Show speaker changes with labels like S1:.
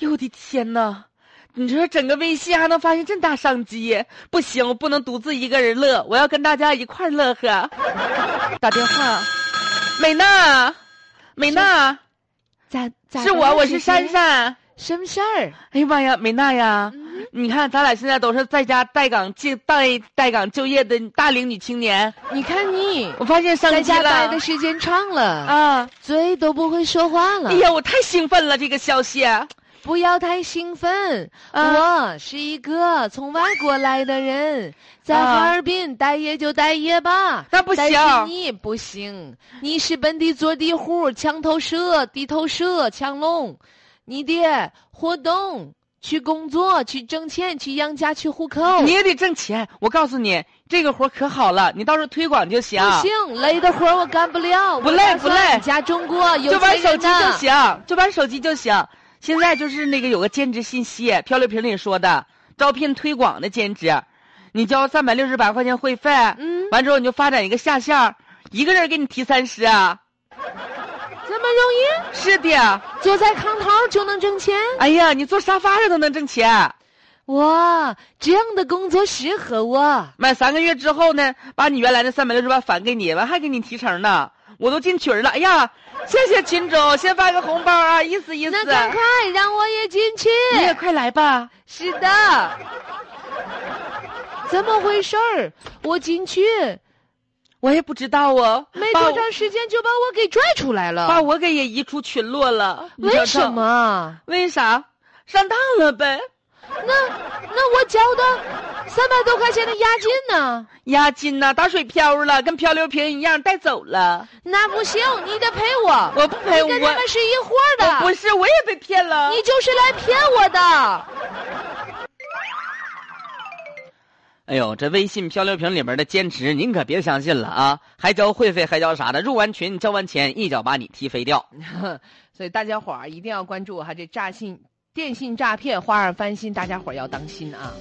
S1: 呦我的天呐，你说整个微信还能发现这么大商机？不行，我不能独自一个人乐，我要跟大家一块儿乐呵。打电话，美娜，美娜，
S2: 咋咋
S1: 是
S2: 的
S1: 我，
S2: 了
S1: 我
S2: 姐
S1: 是珊
S2: 姐，
S1: 珊。
S2: 什么事儿？
S1: 哎呀妈呀，美娜呀，你看咱俩现在都是在家待岗就待待岗就业的大龄女青年，
S2: 你看你
S1: 我发现商
S2: 在
S1: 机
S2: 家待
S1: 了
S2: 的时间长了，
S1: 啊！
S2: 嘴都不会说话了
S1: 哎。呀，我太兴奋了，这个消息。
S2: 哦不要太兴奋，
S1: 啊
S2: 我是一个从外国来的人，在
S1: 啊
S2: 哈尔滨待业就待业吧。
S1: 那不
S2: 但
S1: 行
S2: 是你不行，你是本地做地户、墙头社、地头社、墙龙，你的活动去工作、去挣钱、去养家、去户口。
S1: 你也得挣钱。我告诉你，这个活儿可好了，你到时候推广就行
S2: 不，行，累的活儿我干不了。
S1: 不
S2: 我
S1: 累
S2: 打
S1: 不
S2: 算
S1: 累
S2: 家中国有
S1: 就玩
S2: 钱
S1: 手
S2: 人
S1: 机就
S2: 呐。
S1: 行，就玩手机就行。现在就是那个有个兼职信息，漂流瓶里说的招聘推广的兼职，你交三百六十八块钱会费，
S2: 嗯
S1: 完之后你就发展一个下线儿，一个人给你提三十啊。
S2: 这么容
S1: 是的，
S2: 易，坐在炕头就能挣钱？
S1: 哎呀，你坐沙发上都能挣钱。
S2: 哇，这样的工作适合我。
S1: 满三个月之后呢，把你原来的三百六十八返给你，完还给你提成呢。我都进群儿了，哎呀，谢谢群主，先发个红包啊，意思意思。
S2: 那赶快让我也进去。
S1: 你也快来吧！
S2: 是的，怎么回事儿？我进去
S1: 我也不知道啊，
S2: 没
S1: 把
S2: 多
S1: 我
S2: 长时间就把我给拽出来
S1: 把
S2: 了，
S1: 我给也移出群落了。你
S2: 啊为
S1: 瞧
S2: 什
S1: 瞧？
S2: 么？
S1: 为啥？上当了呗！
S2: 那那我交的三百多块钱的押金呢？
S1: 押金呐、打水漂了，跟漂流瓶一样带走了。
S2: 那不行，你得赔哎我。
S1: 我不赔
S2: 你跟
S1: 我
S2: 他们是一伙儿
S1: 我不
S2: 的，
S1: 是，我也被骗了。
S2: 你就是来骗我的。
S1: 哎呦，这微信漂流瓶里面的兼职，您可别相信了啊！还交会费，还交啥的？入完群交完钱，一脚把你踢飞掉。
S2: 所以大家伙儿一定要关注哈，这诈信电信诈骗花样翻新，大家伙儿要当心啊。